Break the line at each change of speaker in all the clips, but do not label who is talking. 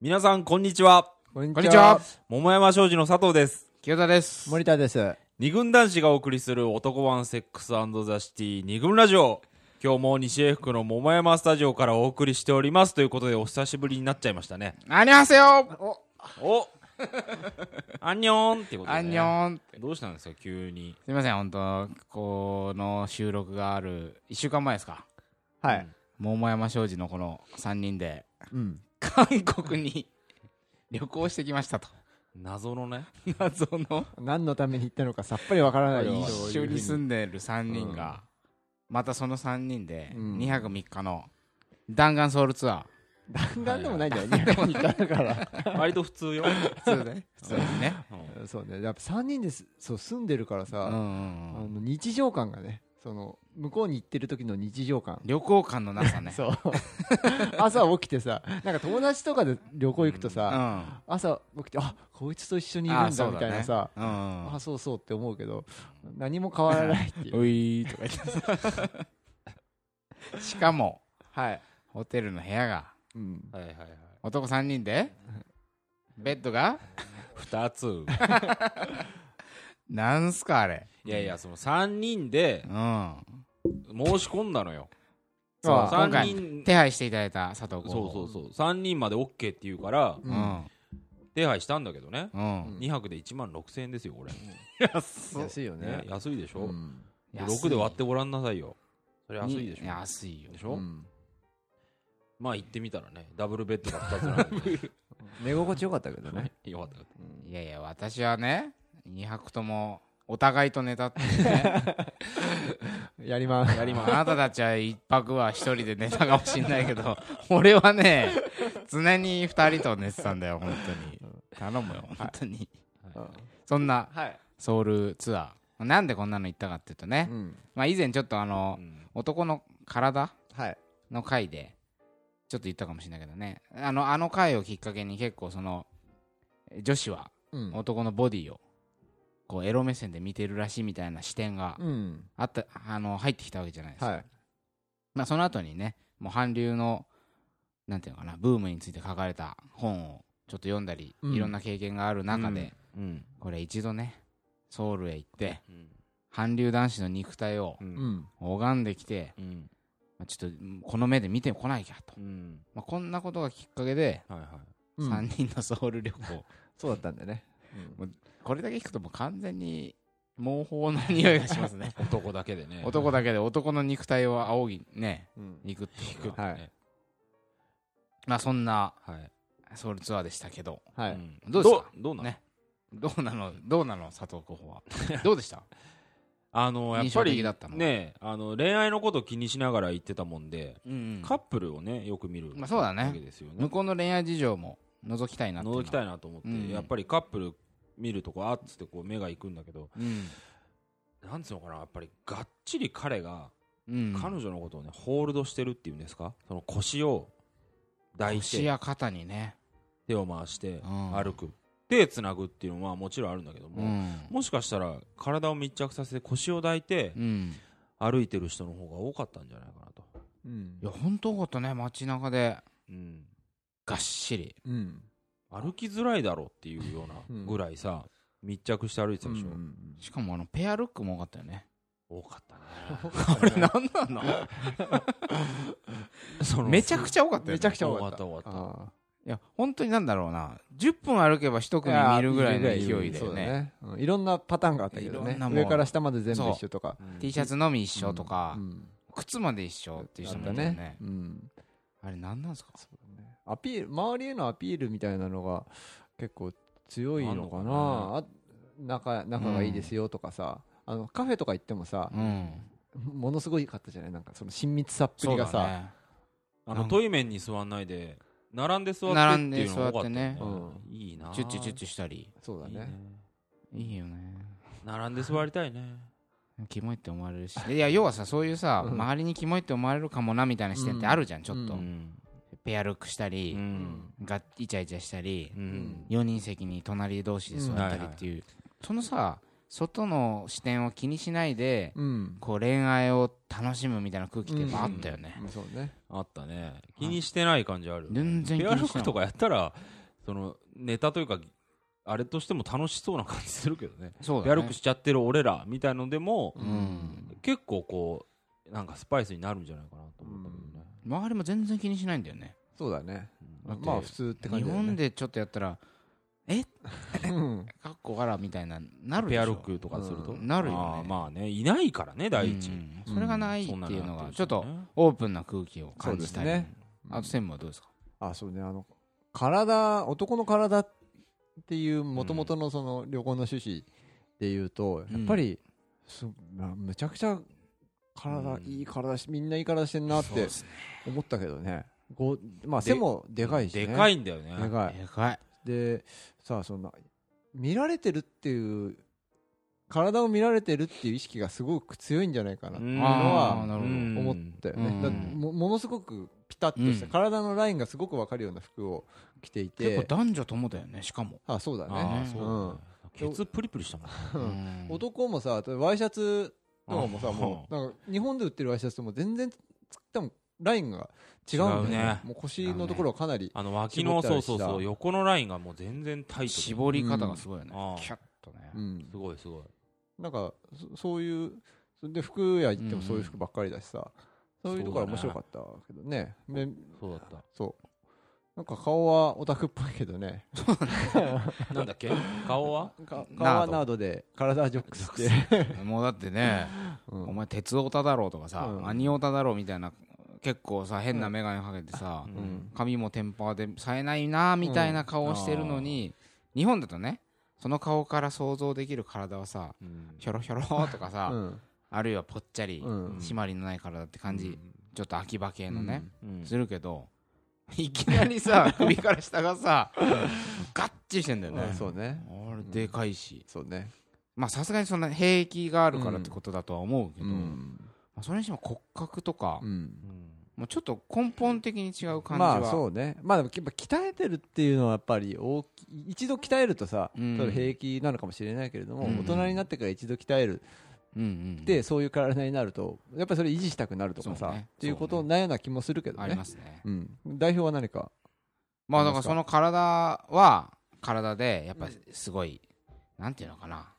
皆さんこんにちは
こん
こんにちは。
桃山商事の佐藤です
清田です。
森田です。
二軍男子がお送りする男版セックスザシティ二軍ラジオ今日も西英福の桃山スタジオからお送りしておりますということでお久しぶりになっちゃいましたね
アニョンセヨ
お アンニョンってこと
ア
で、
ンニ
ね、
ョン
どうしたんですか急に
すいません、本当この収録がある1週間前ですか。
はい。
桃山商事のこの3人で、
うん。
韓国に 旅行してきましたと。
謎のね
謎の、
何のために行ったのかさっぱりわからないよ。
一緒に住
で。
んでる3人が、またその3人で、
うん
2泊3日の弾丸ソウルツア
弾丸でもないんだよ。日本に行ったから。
割と普通よ、
ー。普通で普通にね。
うん
そうね。やっぱ3人です。そう、住んでるから
うんう
さ、あ
んうん
の、日常感がね、その、向こうに行ってる時の日常感。
旅行感のなさね。
そう。 朝起きてさ、なんか友達とかで旅行行くと
う
さ、
ん。
朝起きて、あ、こいつと一緒にい
あ
る
ー
ん
そ
だ
う
み
だ
たいなさ、
うんうんうん
あ、そうそうって思うけど、何も変わらないって いう。
ういーとか言って。しかも、
はい。
ホテルの部屋が、
うん。
はいはいはい
男3人で、ベッドが、
二つ
なんすかあれ。
いやいやその三人で
うん。今
申し込んだのよ
そう
あ
今
三
回
人
手配していただいた佐藤君。
そうそうそう3人まで OK って言うから
う
うんん。
手配したんだけどね
うん。
2泊で1万6000円ですよこれ、
安いよ
ね
ね。
安いでしょ、
うん
6で割ってごらんなさいよそれ安いでしょ
安いよ
で。しょ、
うん
まあ行ってみたらねダブルベッドが2つなん で
寝心地よかったけどね。
よかったよかった
いやいや、私はね、2泊とも、お互いと寝たっていうね。
やります。
やりまあなたたちは1泊は1人で寝たかもしんないけど、 俺はね、常に2人と寝てたんだよ、本当に。頼むよ、本当に。そんな
はい、
ソウルツアーなんでこんなの行ったかっていうとね、
うん。
まあ、以前ちょっとあ
う
の
ん
男の体
はい。
の回でちょっと言ったかもしれないけどねあのあの回をきっかけに結構その女子は
うん。
男のボディをこうエロ目線で見てるらしいみたいな視点が
うん。
あったあの入ってきたわけじゃないですか、
はい。
まあ、その後にねもう韓流のなんていうのかなブームについて書かれた本をちょっと読んだり、
うん
いろんな経験がある中で、
うん
これ一度ねソウルへ行って、
うん
韓流男子の肉体を
う
うんん。
拝んできて、
うん
まあ、ちょっとうんこの目で見てこなきゃと、
うん
まあ、こんなことがきっかけで、
はいはい
うん
3人のソウル旅行
そうだったんだよね。
これだけ聞くともう完全に毛包の匂いがします ね
男だけでね
男だけで男の肉体を仰ぎね
うん。
行くっていうか
は
ね
い。
まあそんな
はい、
ソウルツアーでしたけど
は
う
い。
ん
どうですか
どうなの、
ねどうなのどうなの佐藤候 補はどうでした
あのやっ
印
ぱ
象的
り
だったのは
ねあの恋愛のこと気にしながら行ってたもんで、
うん
カップルをねよく見る
まあそうだね
わけですよね
向こうの恋愛事情も覗きたいなっていうの
覗
は
きたいなと思って、
うん
やっぱりカップル見るとこあっつってこう目が行くんだけど
うん
なんつうのかなやっぱりがっちり彼が
うん
彼女のことをね、ホールドしてるっていうんですかその腰を抱い
腰
て
や肩にね
手を回して
うん
歩く、手つなぐっていうのはもちろんあるんだけども、
うん
もしかしたら体を密着させて腰を抱いて
うん
歩いてる人の方が多かったんじゃないかなと、
うん
いや本当ことね街中で
うん、
がっしり
うん。
歩きづらいだろうっていうようなぐらいさ、密着して歩いてたでしょ、
しかもあのペアルックも多かったよね
多かった ね
これ何な
そ
の
の
めちゃくちゃ多かったよね
めちゃくちゃ
多
多
かっ
かったた。
多かった
あ
いや本当になんだろうな10分歩けば一組見るぐらいの勢いだ
そう
よ
だ
ね
ね。うんいろんなパターンがあったけど
いろ
ね
んな。もん
上から下まで全部一緒とか。
うん
T シャツのみ一緒とか、
うん
靴まで一緒っていう人もいたよね
うん。
あれ何なんですか
アピール、周りへのアピールみたいなのが結構強いのかな。あ仲、仲がいいですよとかさ。あの、カフェとか行ってもさ、
うん
ものすごいかったじゃないなんかその親密さっぷりが
そう
さ、
だね
あ
な
の
ん
対面に座んないで並んで座って
並
っ
ん
てい
で
うのが多かったよね
座ってね
いいな
チュッチュチュッ
チ
チュしたり
そうだ
いい
ね。
いいよね
並んで座りたいね
キモいって思われるしいや要はさそういうさ、
うん
周りにキモいって思われるかもなみたいな視点ってあるじゃんちょっと、
うん
ペアルックしたり、
うん
がイチャイチャしたり、
うん
4人席に隣同士で座ったりっていう、そのさ外の視点を気にしないで、
うん。
こう恋愛を楽しむみたいな空気ってやっぱあったよね、
うんそうね
あったね気にしてない感じあるよね
全然気
ペアロッ
に
ク
し
と
ない
かやったらそのネタというかあれとしても楽しそうな感じするけどね
そう
ペア
だ
ロ
ね
ックしちゃってる俺らみたいのでも
うん
結構こうなんかスパイスになるんじゃないかなと思ったけどね
周りも全然気にしないんだよね
そうだね
うん
って
まあ普通って感
日
じだよ
本
ね
でちょっとやったらえ
うん
かっこからみたいななるで
ペ
しょ
アロックとかすると
う
なるよね
あーまあねいないからね第一
うんそれがないって
そんな
いうの
な
が
る
ちょっと
ね
オープンな空気を感じたい、
そうですね
あと専務はどうですか
あそうねあの体男の体っていうもともとのその旅行の趣旨でいうと、
うん
やっぱりすまあむちゃくちゃ体、
うん
いい体しみんないい体してんなっ
そう
て
ですね
思ったけどねごまあ
で
背もでかいし、ね、
でか
い
いんだよ
で
ね
かい
でかい
でさあそんな見られてるっていう体を見られてるっていう意識がすごく強いんじゃないかな
うん
ああなるほ
う
ど
ん
思ったよね、
うん
だってもものすごくピタッとした、
うん
体のラインがすごく分かるような服を着ていて
結構男女ともだよねしかも、
あそうだ
あ
ね
あ
ね
そうだね
うん
ケツプリプリしたもん
うん
うん
男もさワイシャツとかも
あ
さもうなんか日本で売ってるワイシャツとも全然多分ラインが違うんだよ
違う
ね
ね
もう腰のところはかなり、
あの脇のそ
絞っ
う
たりした
そうそう横のラインがもう全然タイトです
絞り方がすごいよね、
うん
キャッとね、
うん、
ごいすごい
なんかそそういうそれで服屋行ってもそういう服ばっかりだしさ、
うん
そういうところは面白かったけどねめ
そうだっ
そうなんか顔はオタクっぽいけどね
たなんだっけ顔は
か
ナード
顔はナードで体はジョックスって
もうだってね、
うん
お前鉄オタだろうとかさ、
うん
アニオタだろうみたいな結構さ変な眼鏡かけてさ、
うん
うん
髪もテンパーで冴えないなみたいな顔をしてるのに、日本だとねその顔から想像できる体はさひょろひょろとかさ、
うん
あるいはぽっちゃり、
うん
締まりのない体って感じ、ちょっと秋葉系のね、
うん
するけどいきなり さ首から下がさガッチリしてんだよね、
うんそうね
あれでかいし、
そうね
まあさすがにそんな兵役があるからってことだとは思うけ
う
ど、
ん、
まあ、それにしても骨格とか、
うん
もうちょっと根本的に違う感じは、
まあそうねまあでもやっぱ鍛えてるっていうのはやっぱり大きい一度鍛えるとさ、
うん
例えば平気なのかもしれないけれども、
うん
大人になってから一度鍛える
うんうん、
って、そういう体になるとやっぱりそれ維持したくなるとか
そう
さ、
ね
っていうことなような気もするけど
あ
ね
りますね
うん、代表は何か
まあだ
ありま
から
すか
その体は体でやっぱすごい、なんていうのかな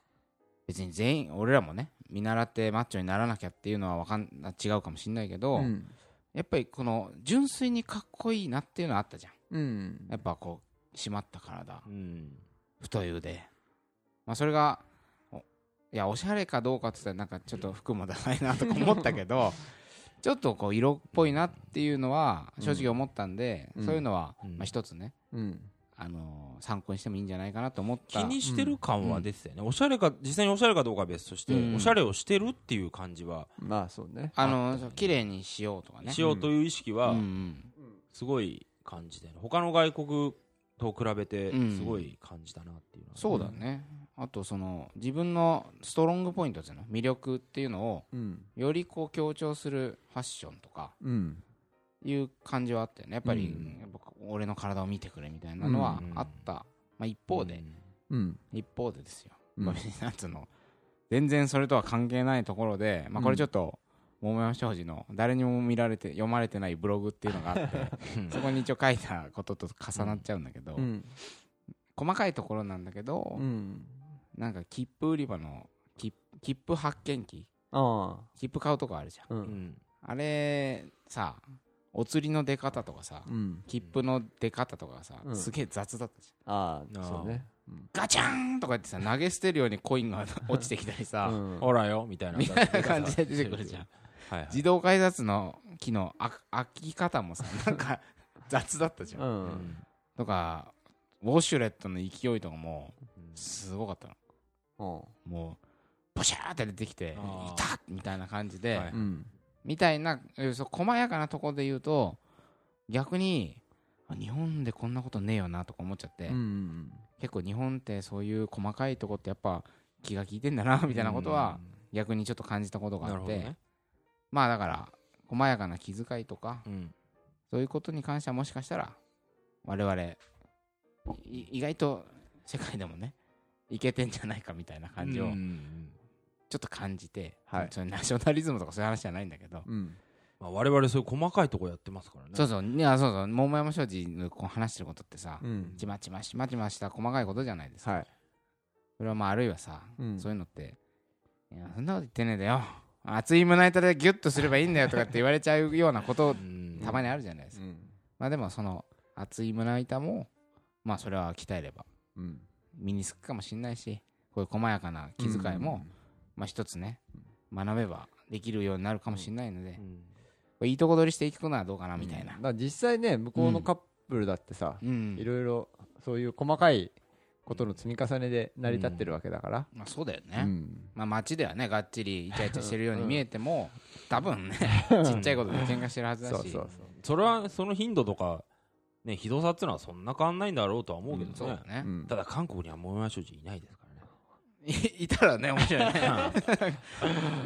別に全員俺らもね見習ってマッチョにならなきゃっていうのはわかんな違うかもしれないけど、
うん、
やっぱりこの純粋にかっこいいなっていうのはあったじゃん
うん
やっぱこう締まった体
うん
太い腕まあそれがおいやおしゃれかどうかって言ったらなんかちょっと服もダサいなとか思った けどちょっとこう色っぽいなっていうのは正直思ったんで、
うん
そういうのは
うん
まあ一つね、
うん
あのー参考にしてもいいんじゃないかなと思った
気にしてる感は出てたよねおしゃれか実際におしゃれかどうかは別として
うん
おしゃれをしてるっていう感じは
まあそうね
あのーそう綺麗にしようとかね
しようという意識
うん
は
うん
すごい感じてね他の外国と比べて
うん
すごい感じたなっていうのは
そうだね、あとその自分のストロングポイントっていうの魅力っていうのを
うん
よりこう強調するファッションとか
うん
いう感じはあったよねやっぱり、
うん
やっぱ俺の体を見てくれみたいなのはあった、まあ一方で、
うん
うん
一方でですよ、
うん
まあ別になんつうの全然それとは関係ないところで、まあ、これちょっと「桃山商事」の誰にも見られて読まれてないブログっていうのがあって
うん
そこに一応書いたことと重なっちゃうんだけど、
うん
細かいところなんだけど、
うん
なんか切符売り場の切切符発見機
あ
切符買うとこあるじゃん
あう
うんん
あれさお釣りの出方とかさ、
うん
切符の出方とかさ、
うん
すげえ雑だったじ
あ
あ
あ
あ
そうね
ゃんガチャーンとか言ってさ投げ捨てるようにコインが落ちてきたりさ、
うん
ほらよみたいな
みたいな感じで出てくるじゃん
はいはい
自動改札の機能あ開き方もさ なんか雑だったじゃん、
うん
とかウォシュレットの勢いとかもすごかったの
うん
もうボシャーって出てきて
あー
いたみたいな感じで、
はい
うん
みたいなえーそう細やかなところで言うと逆にあ日本でこんなことねえよなとか思っちゃって、
うん
結構日本ってそういう細かいとこってやっぱ気が利いてんだなみたいなことは逆にちょっと感じたこと
うん
が
な
あ
る
っ
ほ
て、
どね
まあだから細やかな気遣いとか
うん
そういうことに関してはもしかしたら我々い意外と世界でもねいけてんじゃないかみたいな感じを
うん
ちょっと感じて、
はい
そのナショナリズムとかそういう話じゃないんだけど、
うん
まあ、我々そういう細かいとこやってますからね
そうそういやそうそう桃山商事のこう話してることってさ、
うん
ちまちましまちました細かいことじゃないですか、
はい
それはまああるいはさ、
うん
そういうのっていやそんなこと言ってねえだよ熱い胸板でギュッとすればいいんだよとかって言われちゃうようなこ
う
と
ん
たまにあるじゃないですか、
うん
まあでもその熱い胸板もまあそれは鍛えれば
うん
身につくかもしれないしこういう細やかな気遣いも、まあ一つね学べばできるようになるかもしれないので、
うん
いいとこ取りしていくのはどうかなみたい
だ、
な
から実際ね向こうのカップルだってさ
うん
いろいろそういう細かいことの積み重ねで成り立ってるわけだから
まあ、そうだよね、
うん
まあ、街ではねがっちりイチャイチャしてるように見えても、多分ねちっちゃいことで喧嘩してるはずだし
そうそうそう
それはその頻度とかねひどさっていうのはそんな変わんないんだろうとは思うけどね、
そうだね
う、ん
ただ韓国にはモヤマ商事いないですからね
いいたらね面 白いね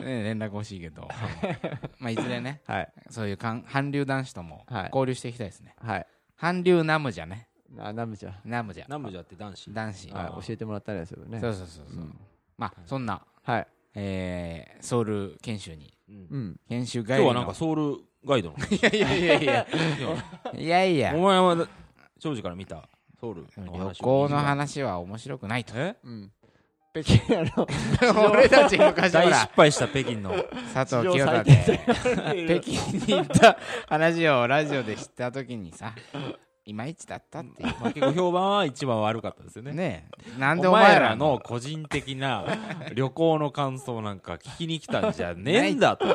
ね連絡欲しい けどまあいずれね
はい
そういう韓韓流男子とも
はい
交流していきたいですね、
はい
韓流ナムじゃね
あナムちゃん
ナムじゃ
ナムジャって男子
男子、
あ
はい教えてもらったりはするね
そうそうそうそう、
うん
まあそんな、
はい
えーソウル研修に
うん
うん
研修帰
今日
りの
はなんかソウルガイドの話
いやいやいやいやいや
お前は庄司から見たソウルの話を
旅行の話は面白くないと
うん北京あの
俺たち昔
大
ほ
失
ら
敗した北京の
佐
史
藤
上
清
最
太
低
で北京に行った話をラジオで知った時にさいまいちだったってい
まあ結構評判は一番悪かったですよ
う
ね
ねえなんで
お
お
前
前
ら
らの
の個人的な旅行の感想なんか聞きに来たんじゃねえん だと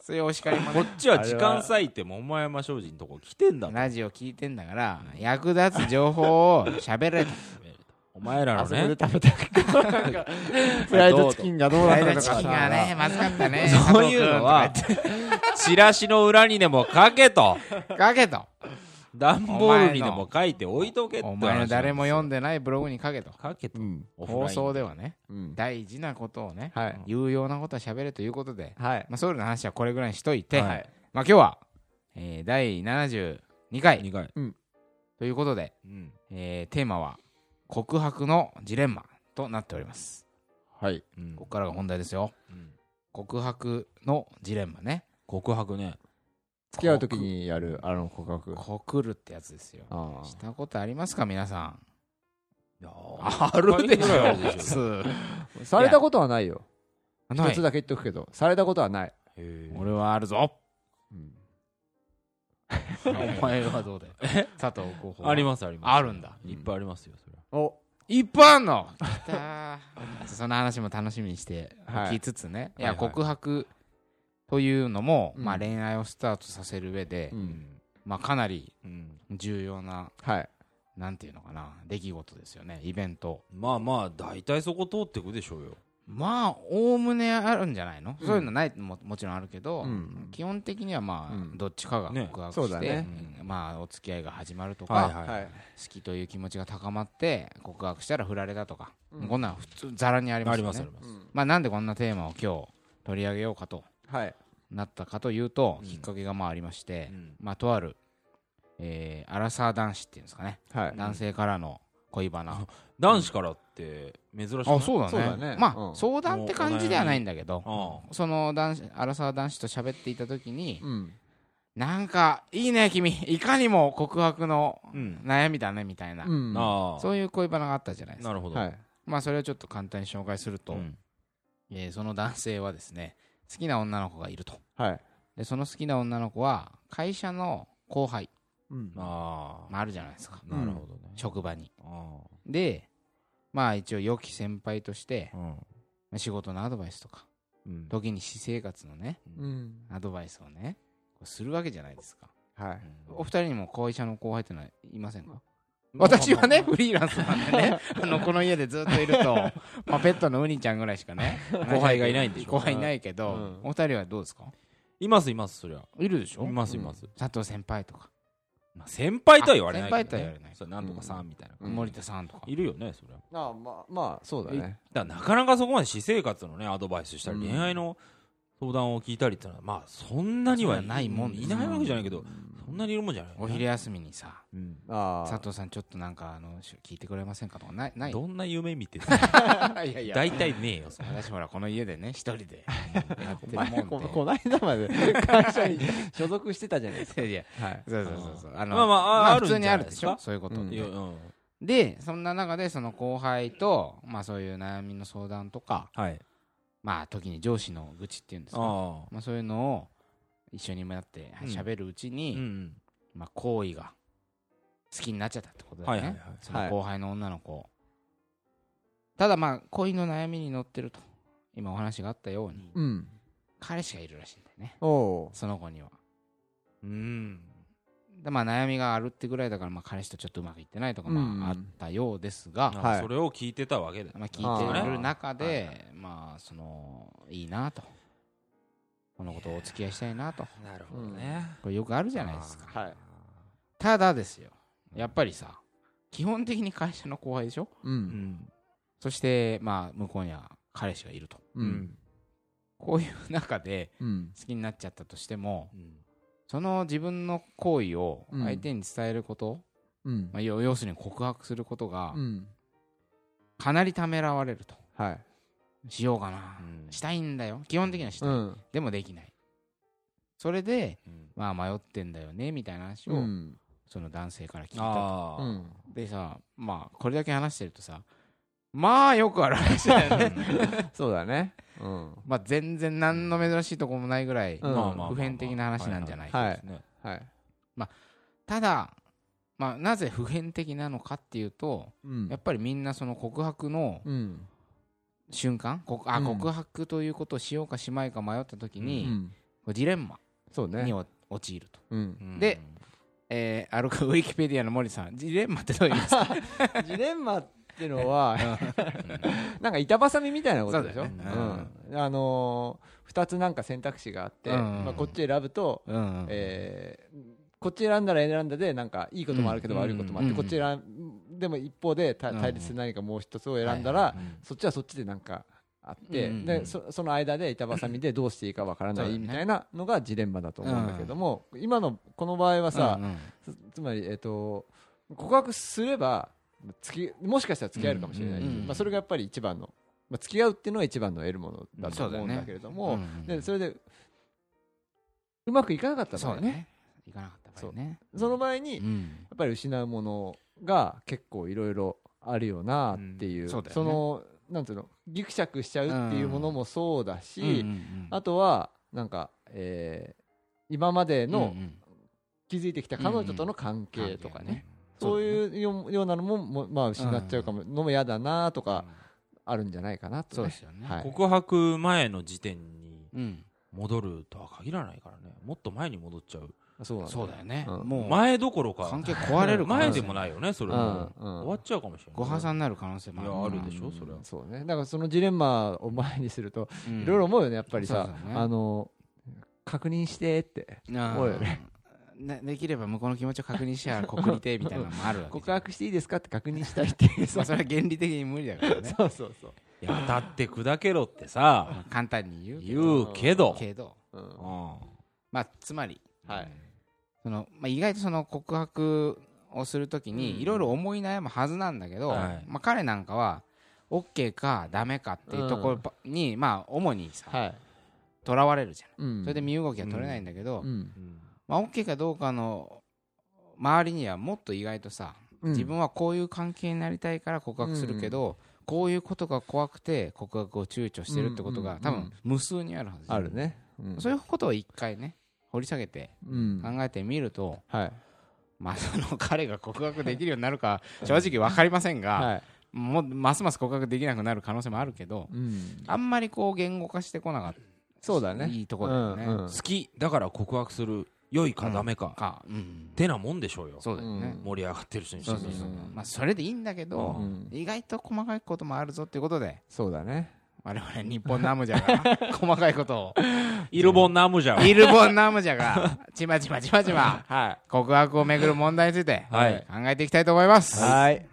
そういうお叱りも
こ
ね
っちは時間割いて桃山商事のとこ来てんだと
ラジオ聞いてんだから役立つ情報を喋れと
お前ら
あ
の
そこで
ね
食べた フライドチキンがどう
フ
なっ
ライ
た
ド
の
チ
か
キンがねまずかったね
そういうのはチラシの裏にでも書けと
かけと
段ボールにでも書いて置いとけって
お
話
前の誰も読ん
で
でないブログにかけと
書けと
うん
放送で
は
はね
うん
大事なことをね
はい
有用なことは喋れということで
はい
まあ、ソウルの話はこれぐらいにしといて、
はい
まあ、今日は、えー第72回
2回
ということで、
うん
えーテーマは「告白のジレンマ」となっております
はい
うん
ここからが本題ですよ
うん
告白のジレンマね
告白ね
付き合う時にやるあの告白
告るってやつですよ
あ
したことありますか皆さん
あるでしょ
普通
あされたことはないよ
な
一
い
つだけ言っとくけどされたことはない
俺はあるぞ
うん
お前はどうだよ佐藤候補は
ありますあります
あるんだ
いっぱいありますよそれは
お
いっぱいあんの来たー その話も楽しみにして
はい
聞きつつね、い、
は
や
いはい
告白というのも、
うん
まあ、恋愛をスタートさせる上で、
うん
まあ、かなり
うん
重要な
はい
なんていうのかな出来事ですよねイベント
まあまあ大体そこ通ってくでしょうよ
まあおおむねあるんじゃないの、そういうのないももちろんあるけど、
うん
基本的にはまあ、
うん
どっちかが
ね
告白
そう
して、
だね
うんまあ、お付き合いが始まるとか、
はい
はい
好きという気持ちが高まって告白したら振られたとか、
うん
こんなん普通ざらにありま
あ
す
り
よね
ますあります
まあ、なんでこんなテーマを今日取り上げようかと
はい
なったかというと、
うん
きっかけがまあありまして、
うん
まあ、とある、えーアラサー男子っていうんですかね、
はい
男性からの恋バナ、
男子からって珍しくない
そうだ
そうだね
まあ、
うん
相談って感じではないんだけど、
あ
その男子アラサー男子と喋っていた時に、
うん
なんかいいね君いかにも告白の
うん
悩みだねみたいな、
うん
ああ
そういう恋バナがあったじゃないですか
なるほど
はい
まあそれをちょっと簡単に紹介すると、
うん
えーその男性はですね好きな女の子がいると
はい
でその好きな女の子は会社の後輩、
うん
ああ
まあ、あるじゃないですか
なるほどね
職場に
あ
でまあ一応良き先輩として
あうん
まあ仕事のアドバイスとか
うん
時に私生活のね
うん
アドバイスをねこうするわけじゃないですか
はい
お二人にも会社の後輩ってのはいませんか私はね、フリーランスなんでね、 あの、この家でずっといると、まあ、ペットのウニちゃんぐらいしか ね、
後輩がいないんでしょ
後輩いないけど、
うん
お二人はどうですか
いますいますそりゃ
いるでしょ
いますいます
佐藤先輩とか、
まあ先輩とは言われない
あ先輩とは言われない
そうなんとかさんみたいな
うん
森田さんとか。
いるよねそれは
ああまあまあそうだね
だからなかなかそこまで私生活のねアドバイスしたり
うん
恋愛の相談を聞いたりってのはまあそんなには
そんなないもんです
いないわけじゃないけど
うん
そんなにいるもんじゃない
お昼休みにさ
うん
あ
佐
あ
藤さんちょっとなんかあのし聞いてくれませんかとかないない
どんな夢見てる
いやいや
大体ねえよそれ
私ほらこの家でね一人 でやって
お
る
前
も
こ
んで
こないだまで会社に所属してたじゃないですか
いやいや
はい
そうそうそうそうあの
まあまあああるん
普
じ
通
ゃ
に
な
あ
いで
るですし
か
ょそういうことっ
うん
い
て
やうん
でそんな中でその後輩とまあそういう悩みの相談とか
はい
まあ時に上司の愚痴っていうんですか
あ
まあそういうのを一緒にやって
うん
喋るうち
あう
に、
ん
まあ好意が好きになっちゃったってことだよね、
はいはいはい
その後輩の女の子を、ただまあ恋の悩みに乗ってると今お話があったように
うん
彼氏がいるらしいんだよね
おお
その子には
うん
でまあ悩みがあるってぐらいだからまあ彼氏とちょっとうまくいってないとか
うん
まああったようですが、
なん
は
か
い
それを聞いてたわけだ
まあ聞いてる中
あーはい
でまあそのいいなとこの子とお付き合いしたいなと
なる
ほどね
これよくあるじゃないですか
はい
ただですよやっぱりさ基本的に会社の後輩でしょ
う
うんん
そしてまあ向こうには彼氏がいると
う
うんん
こういう中で
うん
好きになっちゃったとしても
うん
その自分の行為を
うん
相手に伝えること、
うん
まあ、要要するに告白することが
うん
かなりためらわれると
はい
しようかな、
うん
したいんだよ基本的にはしたい、
うん
でもできないそれで
うん
まあ迷ってんだよねみたいな話を、
うん
その男性から聞いたと
あ
う
あ
ん
でさまあこれだけ話してるとさまあよくある話 だよね
そうだねうん
まあ全然何の珍しいとこもないぐらい、
うん
まあまあ
普遍的な話なんじゃない
は
はい
いはい
はい
ただ、まあ、なぜ普遍的なのかっていうと
うん
やっぱりみんなその告白の
うん
瞬間こあ
うん
告白ということをしようかしまいか迷った時
う
に、
ん
こうジレンマ
そう
に
ね
お陥ると、
うん
うん
でえー、歩くウィキペディアの森さんジレンマってどういう意 味ですか
ジレンマってのはなんか板挟みみたいなことでしょう
そうだよね
んあのー2つなんか選択肢があって
うんうん
まあこっち選ぶと
うんうん、
えーこっち選んだら選んだでなんかいいこともあるけど
うん
悪いこともあって
うん
こっち選んでも一方でた
うん
対立する何かもう一つを選んだら
うん
そっちはそっちでなんかあって
うん
でそその間で板挟みでどうしていいかわからな
そう
い
だね
みたいなのがジレンマだと思うんだけども今のこの場合はさ
うんうん
つつまりえっと告白すれば付きもしかしたら付き合えるかもしれない
うんうん
まあそれがやっぱり一番のまあ付き合うっていうのが一番の得るものだと
そう
思
だ
う
よ
ん
ね
だけれども
うんうん
でそれでうまくいかなかった
そ
場
う
合
だ
ね
ね行かなかった場合ね
その場合に、
う
や
ん
っぱり失うものが結構いろいろあるよなっていう、
うんそうだよね
の、なんていうの、ギクシャクしちゃうっていうものもそうだし、
うんうん
あとは、なんか、えー今まで
う
の
んうん
気づいてきた彼女との関係とかね、
関係ね
そういうよようなのも、もまあ、失っちゃうかも、のも嫌だなと
あ
か、あるんじゃないかなと
そう
ね、
ですよね、
はい
告白前の時点に
うん、
戻るとは限らないからねもっと前に戻っちゃう
そうなん
そうだよね、
うん
もう
前どころ
関
か
係壊れる可能
前で
性
もないよねそれも
うんうん
終わっちゃうかもしれない
ご破産になる可能性もあ
い
る
やあ
から
るでしょそれは
そうね。だからそのジレンマを前にすると、
うん
いろいろ思うよね、やっぱりさ、
そうだね
あの、確認してって。
あ
思うよ
ーねできれば向こうの気持ちを確認しながら告りてみたいなのもあるわけ
告
じゃん
白していいですかって確認したいっていう
まあそれは原理的に無理だ からね
そうそうそう、
いや当たって砕けろってさ
まあ簡単に言うけど
言うけど
けど
うん
まあつまり
はい
その、まあ、意外とその告白をするとき
うん
にいろいろ思い悩むはずなんだけど、
はい
まあ、彼なんかは OK かダメかっていうところに、まあ主にさ
はい、
とらわれるじゃん
うん
それで身動きが取れないんだけど、
うん
うん
まあ、OK かどうかの周りにはもっと意外とさ、
うん
自分はこういう関係になりたいから告白するけど、こういうことが怖くて告白を躊躇してるってこと
うん
が
うん
多分無数にあるはずじゃん
あるね、うん
そういうことを一回ね掘り下げて
うん
考えてみると、
はい
まあその彼が告白できるようになるか正直分かりませんが、
はい
もうますます告白できなくなる可能性もあるけど
うん
あんまりこう言語化してこなかっ
そうだ
た、
ね
いいとこだよね。
うんうん
好きだから告白する良いか
うん
ダメか
かうん
てなもんでしょうよ
そうだよね、
うん
盛り上がってる人にして
そう
みる
そうそう
うん
まあそれでいいんだけど、
うん
意外と細かいこともあるぞっていうことで
そうだね
我々日本ナムジャ が細かいこと
イルボンナムジャ
をイルボンナムジャがちまちまちまちま
は
告白をめぐる問題について考
はい
えていきたいと思います、
はい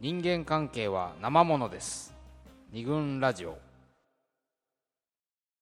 人間関係は生ものです二軍ラジオ